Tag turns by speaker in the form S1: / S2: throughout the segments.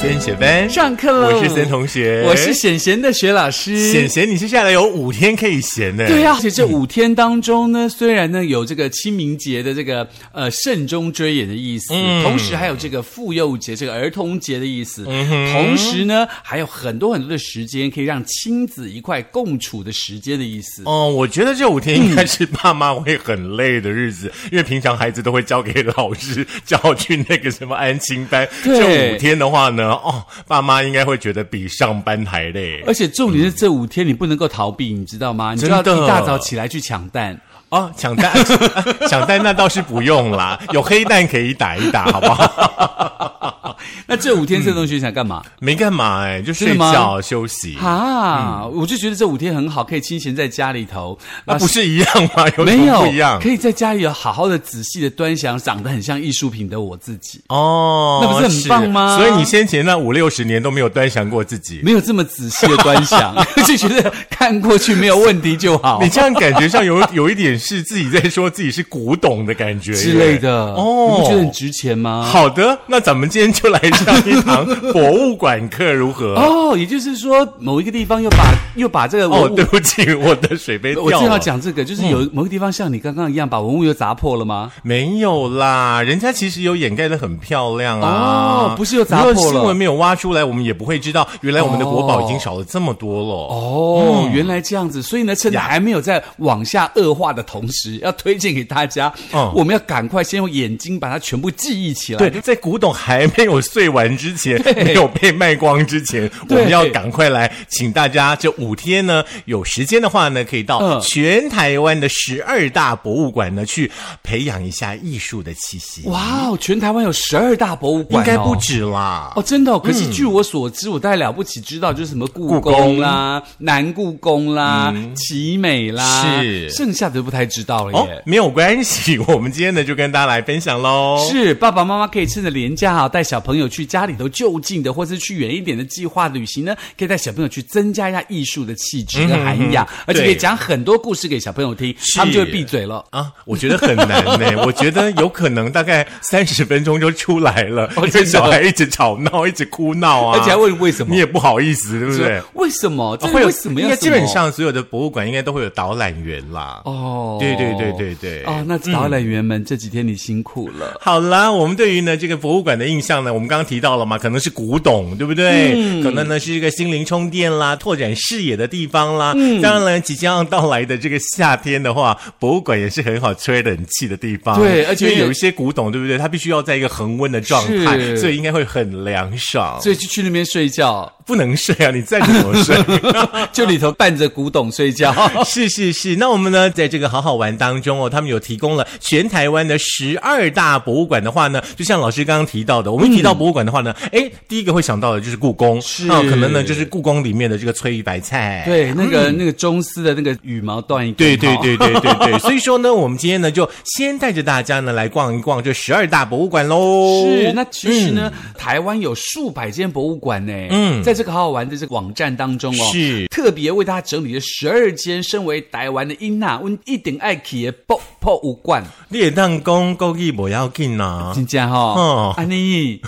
S1: 森雪芬
S2: 上课喽！
S1: 我是森同学，
S2: 我是显贤的雪老师。
S1: 显贤，你接下来有五天可以闲的。
S2: 对啊呀、而且这五天当中呢，虽然呢有这个清明节的这个呃慎终追远的意思，
S1: 嗯
S2: 同时还有这个妇幼节、这个儿童节的意思，
S1: 嗯
S2: 同时呢还有很多很多的时间可以让亲子一块共处的时间的意思。
S1: 哦，我觉得这五天应该是爸妈会很累的日 子，因为平常孩子都会交给老师，叫去那个什么安亲班。
S2: 对
S1: 这五天的话呢，哦，爸妈应该会觉得比上班还累
S2: 而且重点是这五天你不能够逃避，你知道吗？你就
S1: 真
S2: 要
S1: 的
S2: 一大早起来去抢蛋。
S1: 哦。抢蛋， 抢蛋那倒是不用 啦，有黑蛋可以打一打，好不好？
S2: 那这五天这同学想干嘛？
S1: 没干嘛哎、就
S2: 的
S1: 睡
S2: 吗
S1: 觉休息。
S2: 啊，我就觉得这五天很好，可以清闲在家里头，
S1: 那不是一样吗？有什
S2: 没
S1: 么
S2: 有
S1: 不一样
S2: 可？以在家里有好好的、仔细的端详长得很像艺术品的我自己，
S1: 哦，
S2: 那不是很棒吗
S1: 所以你先前那五六十年都没有端详过自己，
S2: 没有这么仔细的端详， 就觉得看过去没有问题就好
S1: 你。这样感觉上有有一 点是自己在说自己是古董的感觉
S2: 之类的啊
S1: 哦
S2: 你不觉得很值钱吗？
S1: 好的，那咱们今天就来上一堂博物馆课，如何？
S2: 哦，也就是说，某一个地方又把又把这个文
S1: 哦，
S2: 物，
S1: 对不起，我的水杯
S2: 我
S1: 掉
S2: 正要
S1: 了。嗯
S2: 讲这个，就是有某个地方像你刚刚一样把文物又砸破了吗？
S1: 没有啦，人家其实有掩盖的很漂亮啊。
S2: 哦不是又砸破了
S1: 如果新闻没有挖出来，我们也不会知道，原来我们的国宝已经少了这么多了。哦
S2: 哦，原来这样子，所以呢，趁着
S1: 呀
S2: 还没有在往下恶化的同时，要推荐给大家，
S1: 嗯
S2: 我们要赶快先用眼睛把它全部记忆起来。
S1: 对，在古董还没有碎完之前，没有被卖光之前，我
S2: 对
S1: 们要赶快来，请大家这五天呢，有时间的话呢，可以到
S2: 嗯
S1: 全台湾的十二大博物馆呢，去培养一下艺术的气息。
S2: 哇哦，全台湾有十二大博物馆、
S1: 应
S2: 哦，
S1: 该不止嗯啦。
S2: 哦，真的、哦。可是据我所知，我大概了不起知道就是什么故
S1: 故宫
S2: 宫啦、
S1: 嗯
S2: 南故宫啦、奇美啦，
S1: 是
S2: 剩下的都不太知道了
S1: 哦
S2: 耶。，
S1: 没有关系，我们今天呢就跟大家来分享喽。
S2: 是爸爸妈妈可以趁着廉价啊，带小朋友去家里头就近的，或是去远一点的计划旅行呢，可以带小朋友去增加一下艺术的气质跟涵养，而且可以
S1: 嗯对
S2: 讲很多故事给小朋友听，他们就会闭嘴了。
S1: 啊，我觉得很难呢、我觉得有可能大概三十分钟就出来了，
S2: 哦
S1: 因为
S2: 真的
S1: 小孩一直吵闹，一直哭闹啊，
S2: 而且还问为什么
S1: 你也不好意思，对不对？
S2: 为什么？这
S1: 啊会有
S2: 为什么要
S1: 应该基本
S2: 什么
S1: 上所有的博物馆应该都会有导览员啦。
S2: 哦，
S1: 对对对对对
S2: 哦，那导览员们、这几天你辛苦了。
S1: 好啦，我们对于呢这个博物馆的印象呢，我们刚刚提到了嘛，可能是古董，对不对？
S2: 嗯
S1: 可能呢是一个心灵充电啦、拓展视野的地方啦。
S2: 嗯
S1: 当然，即将到来的这个夏天的话，博物馆也是很好吹冷气的地方。
S2: 对而且
S1: 因为有一些古董，对不对？它必须要在一个恒温的状态，
S2: 是
S1: 所以应该会很凉爽。
S2: 所以就去那边睡 觉，
S1: 不能睡啊，你再怎么 睡？
S2: 就里头伴着古董睡觉。
S1: 是是是，那我们呢，在这个好好玩当中哦，他们有提供了全台湾的十二大博物馆的话呢，就像老师刚刚提到的，我们一提到博物馆的话呢，哎、第一个会想到的就是故宫，
S2: 是
S1: 啊可能呢就是故宫里面的这个翠玉白菜，。
S2: 对，那个、那个中丝的那个羽毛断一根，
S1: 对对对对对 对，所以说呢，我们今天呢就先带着大家呢来逛一逛这十二大博物馆喽。
S2: 是，那其实呢，台湾有数百间博物馆呢。
S1: 嗯
S2: 嗯，在这个好好玩的这个网站当中哦，
S1: 是
S2: 特别为大家整理了十二间身为台湾的英娜，温一定爱去的博博物馆，
S1: 列当宫高义不要紧呐，
S2: 真正哈、
S1: 哦
S2: 哦，安妮，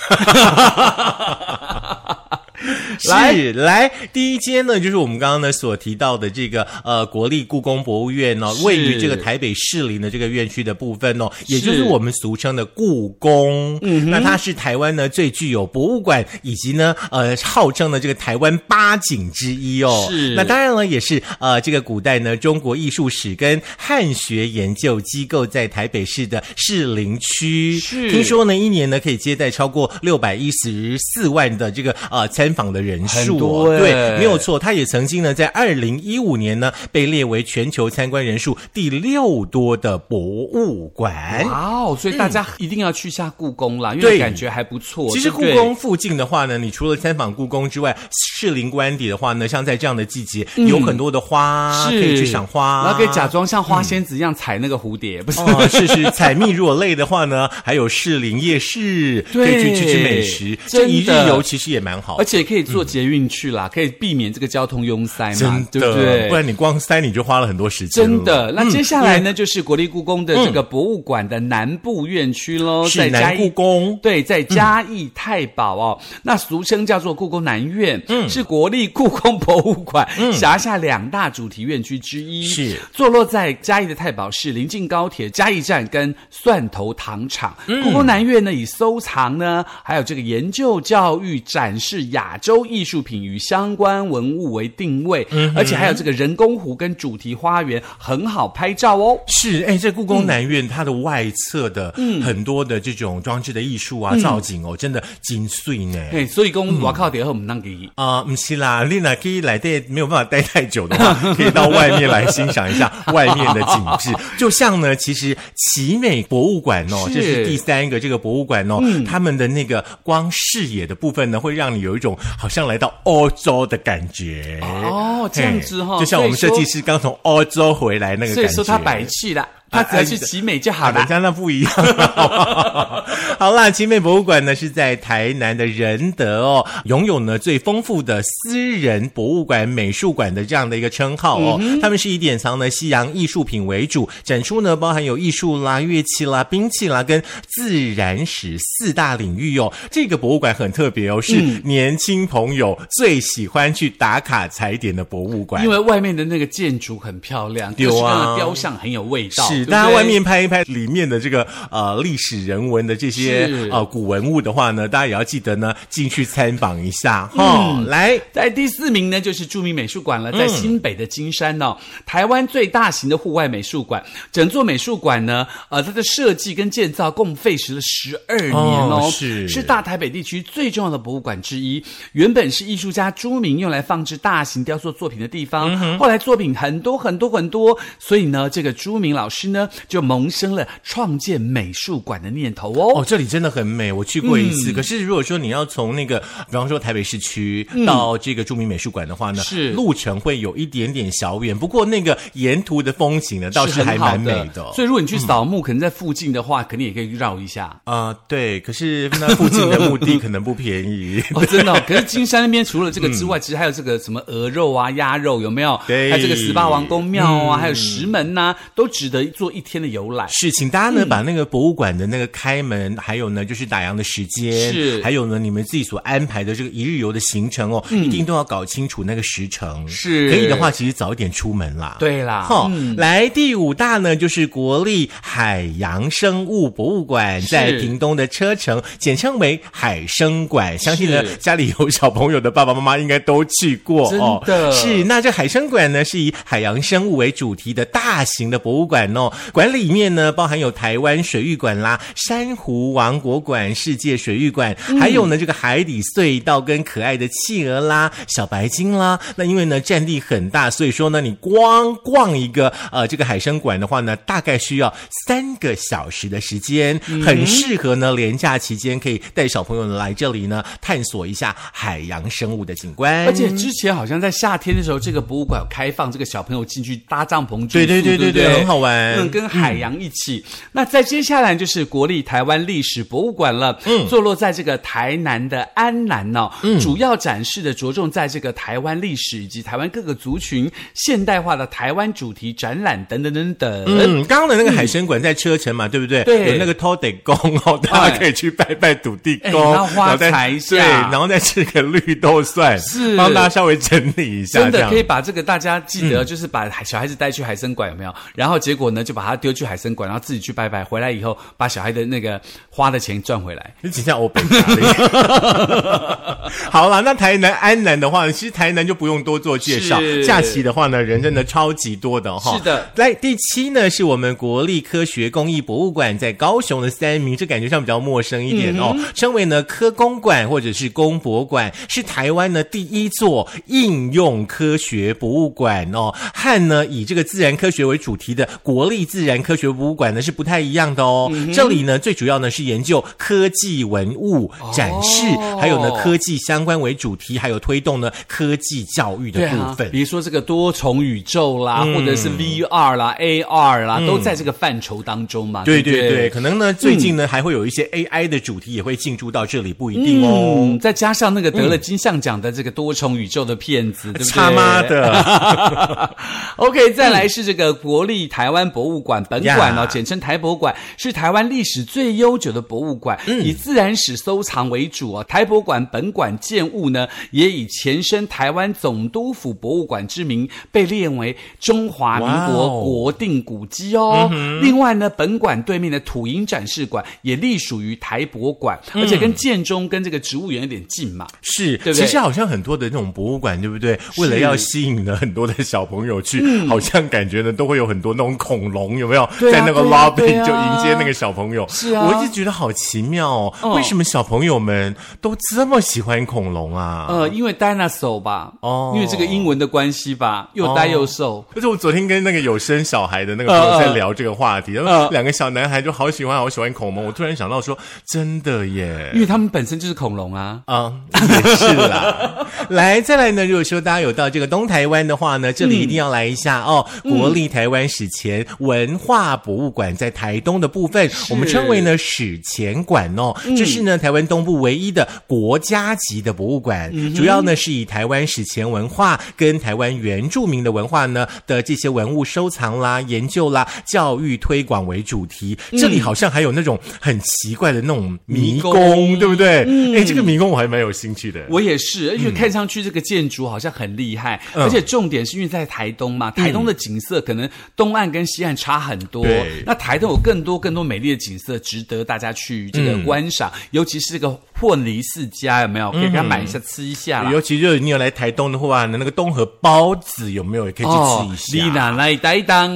S1: 来来，第一间呢，就是我们刚刚呢所提到的这个呃国立故宫博物院哦，
S2: 是
S1: 位于这个台北士林的这个院区的部分哦，也就是
S2: 是
S1: 我们俗称的故宫。嗯，那它是台湾呢最具有博物馆以及呢呃号称的这个台湾八景之一哦。
S2: 是
S1: 那当然了，也是呃这个古代呢中国艺术史跟汉学研究机构在台北市的士林区。
S2: 是
S1: 听说呢一年呢可以接待超过六百一十四万的这个呃参访的人数、哦，
S2: 很多欸
S1: 对，没有错，它也曾经呢，在二零一五年呢，被列为全球参观人数第六多的博物馆。
S2: 哇哦，所以大家一定要去一下故宫啦，因
S1: 对
S2: 为感觉还不错。
S1: 其实
S2: 对
S1: 故
S2: 不对
S1: 宫附近的话呢，你除了参访故宫之外，士林官邸的话呢，像在这样的季节，有很多的花可
S2: 嗯是
S1: 以去赏花，啊
S2: 然后可以假。装像花仙子一样踩那个蝴蝶，不是？
S1: 哦，是是，采蜜如果累的话呢，还有士林夜市，可以去
S2: 对
S1: 吃吃美食，这
S2: 真的
S1: 一日游其实也蛮好的
S2: 而且可以坐坐捷运去啦，可以避免这个交通拥塞
S1: 真
S2: 嘛
S1: 的，，
S2: 对不对？
S1: 不然你光塞你就嗯花了很多时间了。
S2: 真的，那接下来呢，就是国立故宫的这个博物馆的南部院区喽，
S1: 是
S2: 在嘉
S1: 南故
S2: 义。
S1: 宫，
S2: 对，在嘉义太保哦，
S1: 嗯
S2: 那俗称叫做故宫南院，嗯，是国立故宫博物馆、辖下两大主题院区之一，
S1: 嗯是
S2: 坐落在嘉义的太保市，临近高铁嘉义站跟蒜头糖厂。
S1: 嗯
S2: 故宫南院呢，以收藏呢，还有这个研究、教育、展示亚洲艺术品与相关文物为定位，
S1: 嗯
S2: 而且还有这个人工湖跟主题花园，很好拍照哦。
S1: 是，哎，这故宫
S2: 嗯
S1: 南院它的外侧的很多的这种装置的艺术
S2: 嗯
S1: 啊、造景哦，真的精髓呢。
S2: 哎，所以
S1: 嗯
S2: 公我靠，底后我们那个
S1: 啊、不是啦，丽娜可以来待，没有办法待太久 的话，可以到外面来欣赏一下外面的景致。就像呢，其实奇美博物馆哦，
S2: 是嗯
S1: 这是第三个这个博物馆哦，他们的那个光视野的部分呢，会让你有一种好像来到欧洲的感觉。
S2: 哦，这样子哈、
S1: 哎嘿就像我们
S2: 所
S1: 设
S2: 以说
S1: 计师刚从欧洲回来那个感觉。
S2: 所以说他白气啦，他只要去集美就好
S1: 啊，人
S2: 啦。
S1: 家那不一样。 好啦，奇美博物馆呢是在台南的仁德哦，拥有呢最丰富的私人博物馆、美术馆的这样的一个称号哦。他们是以典藏呢西洋艺术品为主，展出呢包含有艺术啦、乐器啦、兵器啦跟自然史四大领域哦。这个博物馆很特别哦，是年轻朋友最喜欢去打卡踩点的博物馆
S2: 因。为外面的那个建筑很漂亮，
S1: 对啊
S2: 各式各样的雕像很有味道。对
S1: 是，
S2: 不对
S1: 大家外面拍一拍里面的这个呃历史人文的这些
S2: 是
S1: 呃古文物的话呢，大家也要记得呢进去参访一下
S2: 嗯
S1: 哈、来，
S2: 在第四名呢，就是著名美术馆了，
S1: 嗯
S2: 在新北的金山哦，台湾最大型的户外美术馆。整座美术馆呢，呃，它的设计跟建造共费时了十二年哦，
S1: 哦是
S2: 是大台北地区最重要的博物馆之一。原本是艺术家朱明用来放置大型雕塑作品的地方，
S1: 嗯
S2: 后来作品很多很多很多，所以呢，这个朱明老师呢，就萌生了创建美术馆的念头哦嗯
S1: 哦，这里真的很美，我去过一次。可是如果说你要从那个，比方说台北市区到这个著名美术馆的话呢，
S2: 嗯是
S1: 路程会有一点点小远，不过那个沿途的风景呢倒是还
S2: 很好
S1: 蛮美的哦。
S2: 所以如果你去扫墓，可能在附近的话，肯定也可以绕一下。
S1: 啊、对，可是那附近的墓地可能不便宜。
S2: 哦，真 的、哦。可是金山那边除了这个之外，其实还有这个什么鹅肉啊、鸭肉，有没有？
S1: 嗯对嗯
S2: 还有这个十八王公庙啊，还有石门呐、都值得做一天的游览。
S1: 是，请大家
S2: 嗯
S1: 呢、把那个博物馆的那个开门，还有呢就是打烊的时间，
S2: 是
S1: 还有呢你们自己所安排的这个一日游的行程哦，一定都要搞清楚那个时程。
S2: 嗯是
S1: 可以的话，其实早一点出门啦。。
S2: 对嗯啦，
S1: 好、来第五大呢，就是国立海洋生物博物馆，在屏东的车城，简称为海生馆。相信呢
S2: 是，
S1: 家里有小朋友的爸爸妈妈应该都去过哦。
S2: 真的
S1: 是那这海生馆呢，是以海洋生物为主题的大型的博物馆哦。馆里面呢，包含有台湾水域馆啦、珊瑚王国馆、世界水域馆，
S2: 嗯
S1: 还有呢这个海底隧道跟可爱的企鹅啦、小白鲸啦。那因为呢占地很大，所以说呢你光逛一个呃这个海生馆的话呢，大概需要三个小时的时间，
S2: 嗯
S1: 很适合呢廉价期间可以带小朋友来这里呢探索一下海洋生物的景观，
S2: 而且之前好像在夏天的时候，这个博物馆有开放这个小朋友进去搭帐篷住宿，
S1: 对对对
S2: 对
S1: 对
S2: 不对
S1: 对很好玩嗯
S2: 嗯，跟海洋一起。那再接下来就是国立台湾历史博物馆了，嗯，坐落在这个台南的安南哦，
S1: 嗯
S2: 主要展示的着重在这个台湾历史以及台湾各个族群现代化的台湾主题展览等等等等。
S1: 嗯，刚刚的那个海参馆在车城嘛，对不对？
S2: 呃对
S1: 有那个偷得公哦，大家可以去拜拜土地
S2: 哎
S1: 公，
S2: 然后花
S1: 然后再
S2: 采一下
S1: 对，然后再吃个绿豆蒜，
S2: 是
S1: 帮大家稍微整理一下，嗯
S2: 真
S1: 这
S2: 的
S1: 样
S2: 可以把这个大家记得，就是把小孩子带去海参馆有没有？然后结果呢，就把他丢去海参馆，然后自己去拜拜，回来以后把小孩的那个花的钱赚回来。
S1: 你请下我北卡 了好啦，那台南安南的话，其实台南就不用多做介绍。
S2: 是
S1: 假期的话呢，人真的超级多的哈、
S2: 是的。
S1: 来第七呢，是我们国立科学工艺博物馆在高雄的三明，这感觉上比较陌生一点
S2: 嗯
S1: 哦。称为呢科工馆或者是工博馆，是台湾呢第一座应用科学博物馆哦，和呢以这个自然科学为主题的国立。立自然科学博物馆呢是不太一样的哦。
S2: 嗯
S1: 这里呢最主要呢是研究科技文物展示，
S2: 哦
S1: 还有呢科技相关为主题，还有推动呢科技教育的
S2: 对
S1: 部
S2: 啊
S1: 分，。
S2: 比如说这个多重宇宙啦，
S1: 嗯
S2: 或者是 VR 啦、AR 啦，都在这个范畴当中嘛。
S1: 啊对
S2: 不
S1: 对对，。可能呢，
S2: 嗯
S1: 最近呢、还会有一些 AI 的主题也会进驻到这里，不一定哦。
S2: 嗯，再加上那个得了金像奖的这个多重宇宙的骗子，对不对？
S1: 他妈！的，
S2: OK，再来是这个国立台湾博物馆本馆哦
S1: 嗯呀，
S2: 简称台博馆，是台湾历史最悠久的博物馆，
S1: 嗯
S2: 以自然史收藏为主哦。台博馆本馆建物呢，也以前身台湾总督府博物馆之名，被列为中华民
S1: 哇
S2: 国
S1: 哦
S2: 国定古迹
S1: 嗯
S2: 哦。另外呢，本馆对面的土银展示馆也隶属于台博馆，
S1: 嗯
S2: 而且跟建中跟这个植物园有点近嘛。
S1: 是，
S2: 对不
S1: 其
S2: 对
S1: 实好像很多的那种博物馆，对不对？为了要吸引呢很多的小朋友去，好像感觉呢都会有很多那种恐龙，有没有？
S2: 嗯对啊
S1: 在那个
S2: 对啊
S1: lobby
S2: 对啊
S1: 就迎接那个小朋友。
S2: 是啊
S1: 我一直觉得好奇妙哦，
S2: 哦
S1: 为什么小朋友们都这么喜欢恐龙啊？
S2: 呃，因为 dinosaur 吧，
S1: 哦
S2: 因为这个英文的关系吧，又呆又瘦。
S1: 就是我昨天跟那个有生小孩的那个朋友在聊这个话题，然
S2: 呃
S1: 后两个小男孩就好喜欢好喜欢恐龙，我突然想到说，真的耶
S2: 因。为他们本身就是恐龙啊。
S1: 啊、也是啦。 来，再来呢，如果说大家有到这个东台湾的话呢，这里一定要来一下、哦。国立台湾史前文化博物馆在台东的部分，我们称为呢史前馆哦。这是呢台湾东部唯一的国家级的博物馆，主要呢是以台湾史前文化跟台湾原住民的文化呢的这些文物收藏啦、研究啦、教育推广为主题。这里好像还有那种很奇怪的那种嗯迷
S2: 迷宫
S1: 宫，对不对？哎、这个迷宫我还蛮有兴趣的。
S2: 嗯我也
S1: 嗯
S2: 是，而且看上去这个建筑好像很厉害，而且重点是因为在台东嘛，
S1: 嗯
S2: 台东的景色可能东岸跟西岸差很多
S1: 对。
S2: 那台东有更多更多美丽的景色，值得大家去这个观赏，
S1: 嗯
S2: 尤其是这个混梨世家有没有？可以给他买一下吃一下啦。
S1: 尤其就是嗯你有来台东的话呢，那个东河包子有没有也可以去
S2: 哦，
S1: 吃一
S2: 你
S1: 下？
S2: 哪来台当？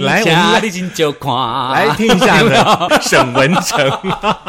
S1: 来我们
S2: 家
S1: 来
S2: 里金就看，啊
S1: 来哎听一下呢， 沈文成，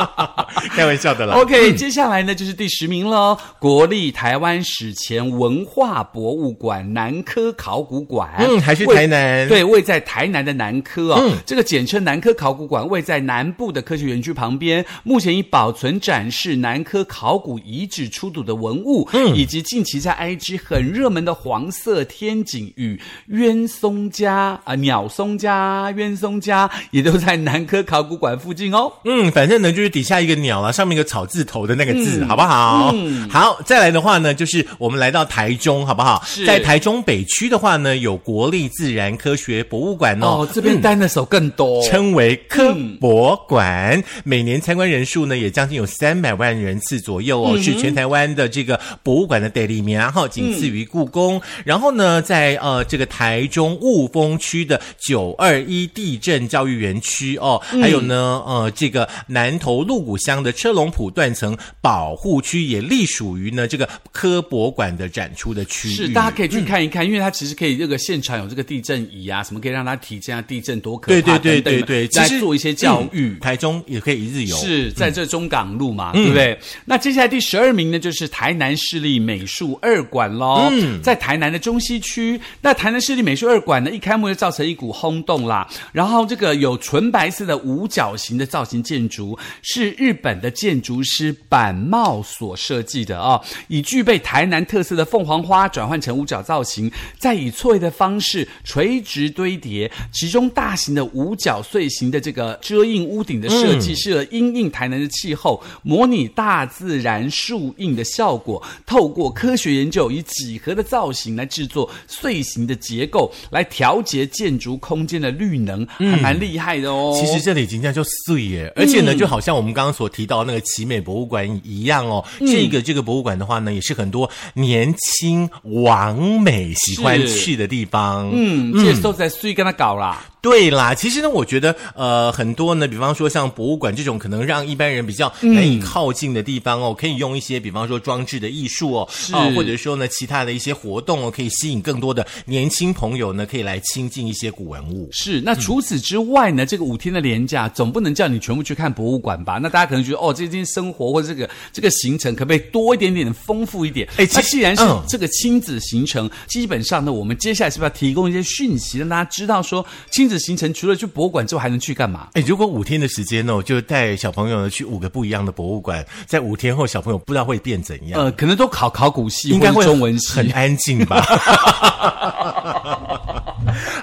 S1: 开玩笑的啦。
S2: OK，、接下来呢就是第十名喽，国立台湾史前文化博物馆南科考古馆。
S1: 嗯，还是
S2: 位
S1: 台南。
S2: 哎对，位在台南的南科哦，
S1: 嗯
S2: 这个简称南科考古馆，位在南部的科学园区旁边。目前已保存展示南科考古遗址出土的文物，
S1: 嗯
S2: 以及近期在 IG 很热门的黄色天井与鸢松家啊、鸟松家、鸢松家也都在南科考古馆附近哦。
S1: 嗯，反正呢就是底下一个鸟啦，上面一个草字头的那个字，
S2: 嗯
S1: 好不好？好，再来的话呢，就是我们来到台中，好不好
S2: 是？
S1: 在台中北区的话呢，有国立自然科学博物馆哦。
S2: 哦，这边单的手更多。
S1: 称为科博
S2: 嗯
S1: 馆，每年参观人数呢也将近有三百万人次左右
S2: 嗯
S1: 哦，是全台湾的这个博物馆的第里名，然后仅次于故宫。
S2: 嗯
S1: 然后呢，在呃这个台中雾峰区的九二一地震教育园区哦，
S2: 嗯
S1: 还有呢呃这个南投鹿谷乡的车龙埔断层保护区也隶属于呢这个科博馆的展出的区域。
S2: 是，大家可以
S1: 嗯
S2: 去看一看，因为它其实可以这个现场有这个地震仪啊，什么可以让它体现下地震多可
S1: 对
S2: 怕
S1: 对对
S2: 等
S1: 对
S2: 等的
S1: 对，其
S2: 来
S1: 实
S2: 做一些教育。
S1: 嗯台嗯中也可以一日游。
S2: 是在这中港路嘛，
S1: 嗯
S2: 对不对？那接下来第十二名呢，就是台南市立美术二馆喽，
S1: 嗯
S2: 在台南的中西区。那台南市立美术二馆呢，一开幕就造成一股轰动啦。然后这个有纯白色的五角形的造型建筑，是日本的建筑师板茂所设计的哦，以具备台南特色的凤凰花转换成五角造型，再以错位的方式垂直堆叠，其中大型的五角碎形的这个遮映屋顶的设计，是了因应台南的气候，模拟大自然树荫的效果，透过科学研究以几何的造型来制作碎形的结构，来调节建筑空间的绿能，还蛮厉害的哦。
S1: 嗯其实这里景象就碎耶，而且呢，就好像我们刚刚所提到那个奇美博物馆一样哦。这个这个博物馆的话呢，也是很多年轻王美喜欢
S2: 是
S1: 去的地方。嗯。
S2: 嗯，这时候在碎跟他搞啦。
S1: 对啦，其实呢，我觉得呃，很多呢，比方说像博物馆这种可能让一般人比较难以靠近的地方哦，可以用一些比方说装置的艺术哦，啊、或者说呢其他的一些活动哦，可以吸引更多的年轻朋友呢，可以来亲近一些古文物。
S2: 是，那除此之外呢？这个五天的连假，总不能叫你全部去看博物馆吧？那大家可能觉得，哦，这天生活或者这个这个行程，可不可以多一点点、丰富一点？
S1: 哎其
S2: 那既然是
S1: 嗯
S2: 这个亲子行程，基本上呢，我们接下来是不是要提供一些讯息，让大家知道说，亲亲子行程除了去博物馆之后，还能去干嘛？
S1: 哎，如果五天的时间呢，我就带小朋友呢去五个不一样的博物馆，在五天后，小朋友不知道会变怎样，
S2: 呃，可能都考考古系，
S1: 应该会
S2: 中文系
S1: 很。安静吧。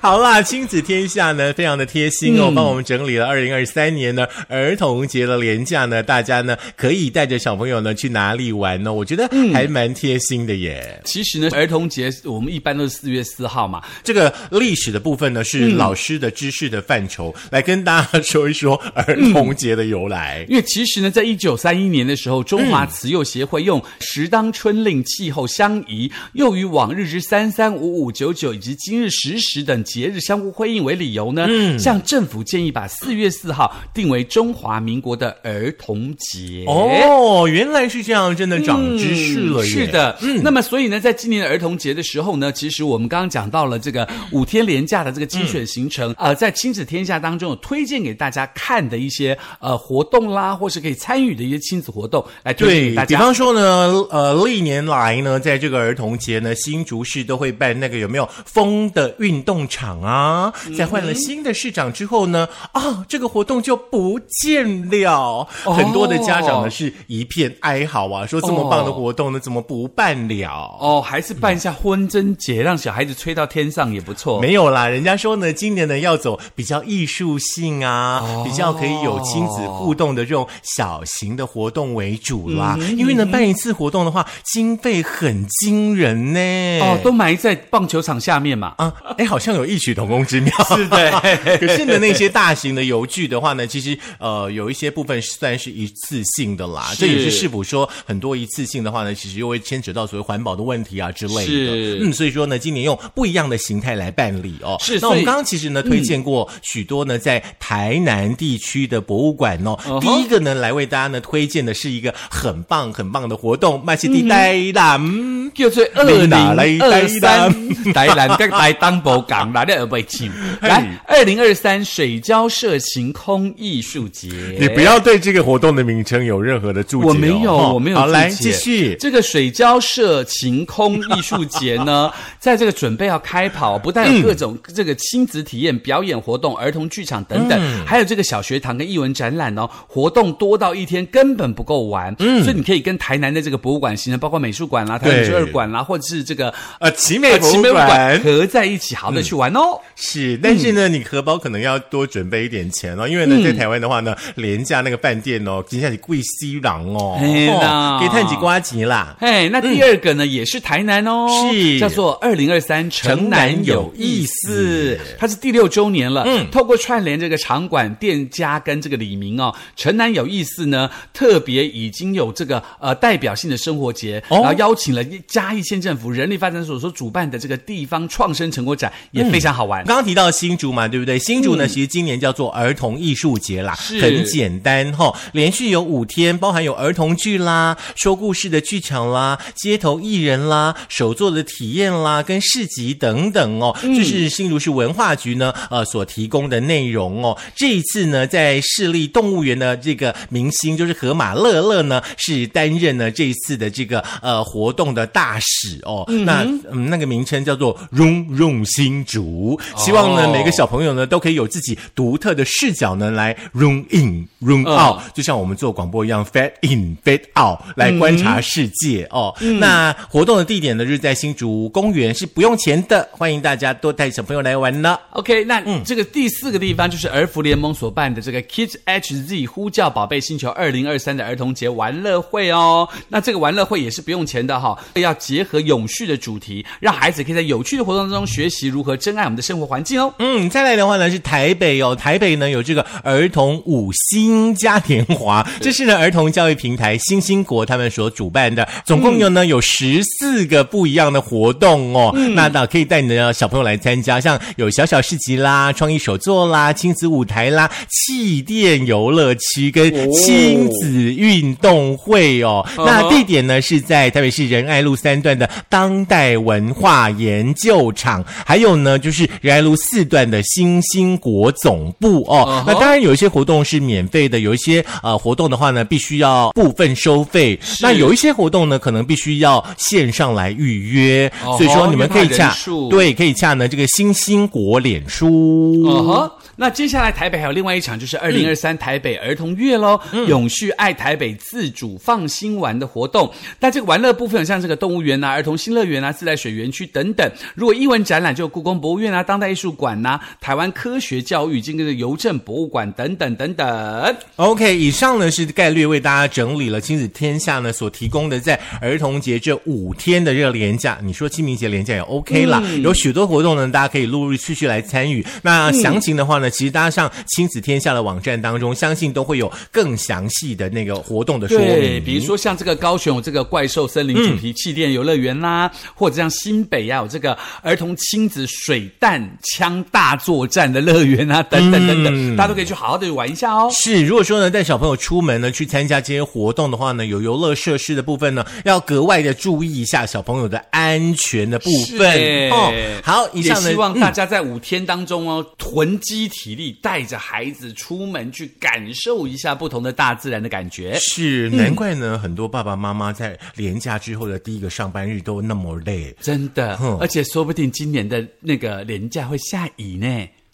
S1: 好啦，亲子天下呢，非常的贴心
S2: 嗯
S1: 哦，帮我们整理了二零二三年呢儿童节的廉价呢，大家呢可以带着小朋友呢去哪里玩呢？我觉得
S2: 嗯
S1: 还蛮贴心的耶。
S2: 其实呢，儿童节我们一般都是四月四号嘛，
S1: 这个历史的部分呢，是
S2: 嗯
S1: 老师的知识的范畴，来跟大家说一说儿
S2: 嗯
S1: 童节的由来。
S2: 因为其实呢，在一九三一年的时候，中华慈幼协会用“时当春令气候相宜，又与往日之三三五五九九以及今日十时等节日相互辉映”为理由呢，向政府建议把四月四号定为中华民国的儿童节。
S1: 哦，原来是这样，真的长知识了耶！
S2: 是，的，嗯，那么所以呢，在今年的儿童节的时候呢，其实我们刚刚讲到了这个五天连假的这个精选行程，
S1: 嗯
S2: 呃，在亲子天下当中有推荐给大家看的一些呃活动啦，或是可以参与的一些亲子活动，来推荐给
S1: 对
S2: 大
S1: 比
S2: 家。
S1: 方说呢，呃，历年来呢，在这个儿童节呢，新竹市都会办那个有没有风的运动场啊？
S2: 嗯
S1: 在换了新的市长之后呢，啊，这个活动就不见了。很多的家
S2: 哦
S1: 长呢是一片哀嚎啊，说这么棒的活动呢，怎么不办了？
S2: 哦，还是办一下婚贞节，让小孩子吹到天上也不错。
S1: 没有啦，人家说呢，今年呢要走比较艺术性啊，
S2: 哦
S1: 比较可以有亲子互动的这种小型的活动为主
S2: 嗯
S1: 啦。因为呢，办一次活动的话，经费很惊人呢。
S2: 哦，都埋在棒球场下面嘛。
S1: 啊，哎，好像有异曲同工之妙。是
S2: 的
S1: 可是呢，那些大型的油具的话呢，其实呃，有一些部分算是一次性的啦。
S2: 是
S1: 这也是是否说很多一次性的话呢，其实又会牵扯到所谓环保的问题啊之类的。
S2: 是
S1: 嗯，所以说呢，今年用不一样的形态来办理哦。
S2: 是
S1: 那我
S2: 所
S1: 们
S2: 以
S1: 刚刚其实呢，推荐过许多呢，在台南地区的博物馆哦。
S2: 嗯哼
S1: 第一个呢，来为大家呢推荐的是一个很棒很棒的活
S2: 嗯
S1: 动，麦西地带啦。嗯
S2: 叫做二
S1: 你
S2: 零
S1: 哪来
S2: 二
S1: 台
S2: 三，台 南跟台东博港哪里有被请？ 来，二零二三水交社晴空艺术节，
S1: 你
S2: 哦
S1: 不要对这个活动的名称有任何的注解、哦。
S2: 我没有，
S1: 哈
S2: 我没有
S1: 好，
S2: 注
S1: 来
S2: 解
S1: 继续。
S2: 这个水交社晴空艺术节 呢，在这个准备要开跑，不但有各种这个亲子体验、表演活动、儿童剧场等等，还有这个小学堂跟艺文展览哦，活动多到一天根本不够玩。嗯，所以你可以跟台南的这个博物馆行程，包括美术馆啦、台南美术二馆啦，或者是这个
S1: 呃，奇美博
S2: 奇
S1: 物
S2: 美
S1: 馆
S2: 合在一起，好好的去玩哦。
S1: 是，但是呢，你荷包可能要多准备一点钱哦，因为呢，
S2: 嗯
S1: 在台湾的话呢，廉价那个饭店哦，今下你贵西郎哦，
S2: 嘿啦
S1: 哦给探几瓜吉啦。
S2: 哎，那第二个呢，也是台南哦，
S1: 是
S2: 叫做二零二三城南有意思，它是第六周年了。嗯，透过串联这个场馆店家跟这个李明哦，城南有意思呢，特别已经有这个呃代表性的生活节，
S1: 哦
S2: 然后邀请了嘉义县政府人力发展所所主办的这个地方创生成果展，也非常好玩。
S1: 刚刚提到新竹嘛，对不对？新竹
S2: 嗯
S1: 呢，其实今年叫做儿童艺术节啦，
S2: 是
S1: 很简单哈、连续有五天，包含有儿童剧啦、说故事的剧场啦、街头艺人啦、手作的体验啦、跟市集等等哦。
S2: 嗯
S1: 这是新竹市文化局呢呃所提供的内容哦。这一次呢，在市立动物园的这个明星就是河马乐乐呢，是担任呢这一次的这个呃活动的大使哦。那嗯，那个名称叫做“融融新竹”，希望呢、
S2: 哦
S1: 每个小朋友呢都可以有自己独特的视角呢来 room in room out，、就像我们做广播一样 fade in fade out 来观察世界、哦。那活动的地点呢就是在新竹公园，是不用钱的，欢迎大家多带小朋友来玩呢。
S2: OK，那这个第四个地方就是儿福联盟所办的这个 Kids HZ 呼叫宝贝星球二零二三的儿童节玩乐会哦。那这个玩乐会也是不用钱的哈、要结合永续的主题，让孩子可以在有趣的活动中学习如何珍爱我们的生活环境哦。
S1: 嗯，再来的话呢是台北哦，台北呢有这个儿童五星嘉年 华，这是呢儿童教育平台星星国他们所主办的，总共有呢、有十四个不一样的活动哦。
S2: 嗯
S1: 那那可以带你的小朋友来参加，像有小小市集啦、创意手作啦、亲子舞台啦、气垫游乐区跟亲子运运动会哦。
S2: 哦嗯哼
S1: 那地点呢是在台北市仁爱路三段的当代文化研究场，还有呢就是仁爱路四段的新兴国总部哦。
S2: 嗯哼
S1: 那当然有一些活动是免费的，有一些呃活动的话呢必须要部分收费。那有一些活动呢可能必须要线上来预约，
S2: 哦
S1: 所以说你们可以
S2: 因为怕人
S1: 洽
S2: 数
S1: 对可以洽呢这个新兴国脸书。
S2: 哦吼，那接下来台北还有另外一场，就是二零二三台北儿童月喽，永续爱台北自主放心玩的活动。那这个玩乐部分有像这个动物园啊、儿童新乐园啊、自来水园区等等。如果艺文展览，就有故宫博物院啊、当代艺术馆呐、台湾科学教育以及这个邮政博物馆等等等等。
S1: OK，以上呢是概略为大家整理了亲子天下呢所提供的在儿童节这五天的这个连假，你说清明节连假也 OK 啦，
S2: 嗯
S1: 有许多活动呢，大家可以陆陆续续来参与。那详情的话呢，其实大家上亲子天下的网站当中，相信都会有更详细的那个活动的说
S2: 对，
S1: 明。
S2: 比如说像这个高雄有这个怪兽森林主题气垫游乐园啦，或者像新北啊呀、有这个儿童亲子水弹枪大作战的乐园啊，等等等等，大家都可以去好好的玩一下哦。
S1: 嗯是，如果说呢带小朋友出门呢去参加这些活动的话呢，有游乐设施的部分呢，要格外的注意一下小朋友的安全的部
S2: 是
S1: 分
S2: 耶
S1: 哦。好，以
S2: 也
S1: 上呢嗯
S2: 希望大家在五天当中哦，囤积体力，带着孩子出门去感受一下不同的大自然的感觉。
S1: 是，
S2: 嗯
S1: 难怪呢，很多爸爸妈妈在连假之后的第一个上班日都那么累。
S2: 真的
S1: 哼，
S2: 而且说不定今年的那个廉价会下雨呢。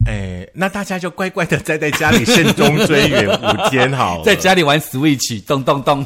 S1: 哎，那大家就乖乖的待在家里，慎终追远五天好了，
S2: 在家里玩 Switch，咚咚咚。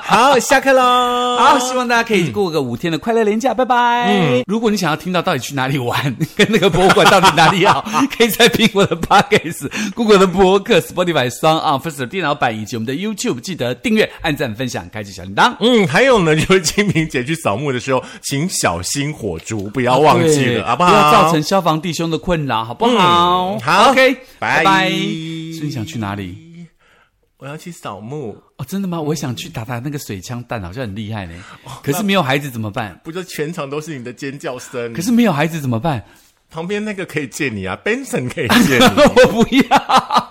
S1: 好下课喽。
S2: 好，希望大家可以过个五天的快乐连假，拜拜。嗯如果你想要听到到底去哪里玩，跟那个博物馆到底哪里 好，可以在苹果的 Podcast、Google 的博客、Spotify、s o n g on、First 的电脑版以及我们的 YouTube，记得订阅、按赞、分享、开启小铃铛。
S1: 嗯，还有呢，就是清明节去扫墓的时候，请小心火烛，不要忘记
S2: 对
S1: 了，好
S2: 不
S1: 不好？
S2: 要造成消防弟兄的困扰，好不好？
S1: 嗯好
S2: OK，
S1: 拜
S2: 拜。所以你想去哪里？
S1: 我要去扫墓，
S2: 哦，真的吗？我也想去打打那个水枪弹，好像很厉害呢。可是没有孩子怎么办？
S1: 不就全场都是你的尖叫声？
S2: 可是没有孩子怎么办？
S1: 旁边那个可以借你啊，Benson 可以借你。
S2: 我不要。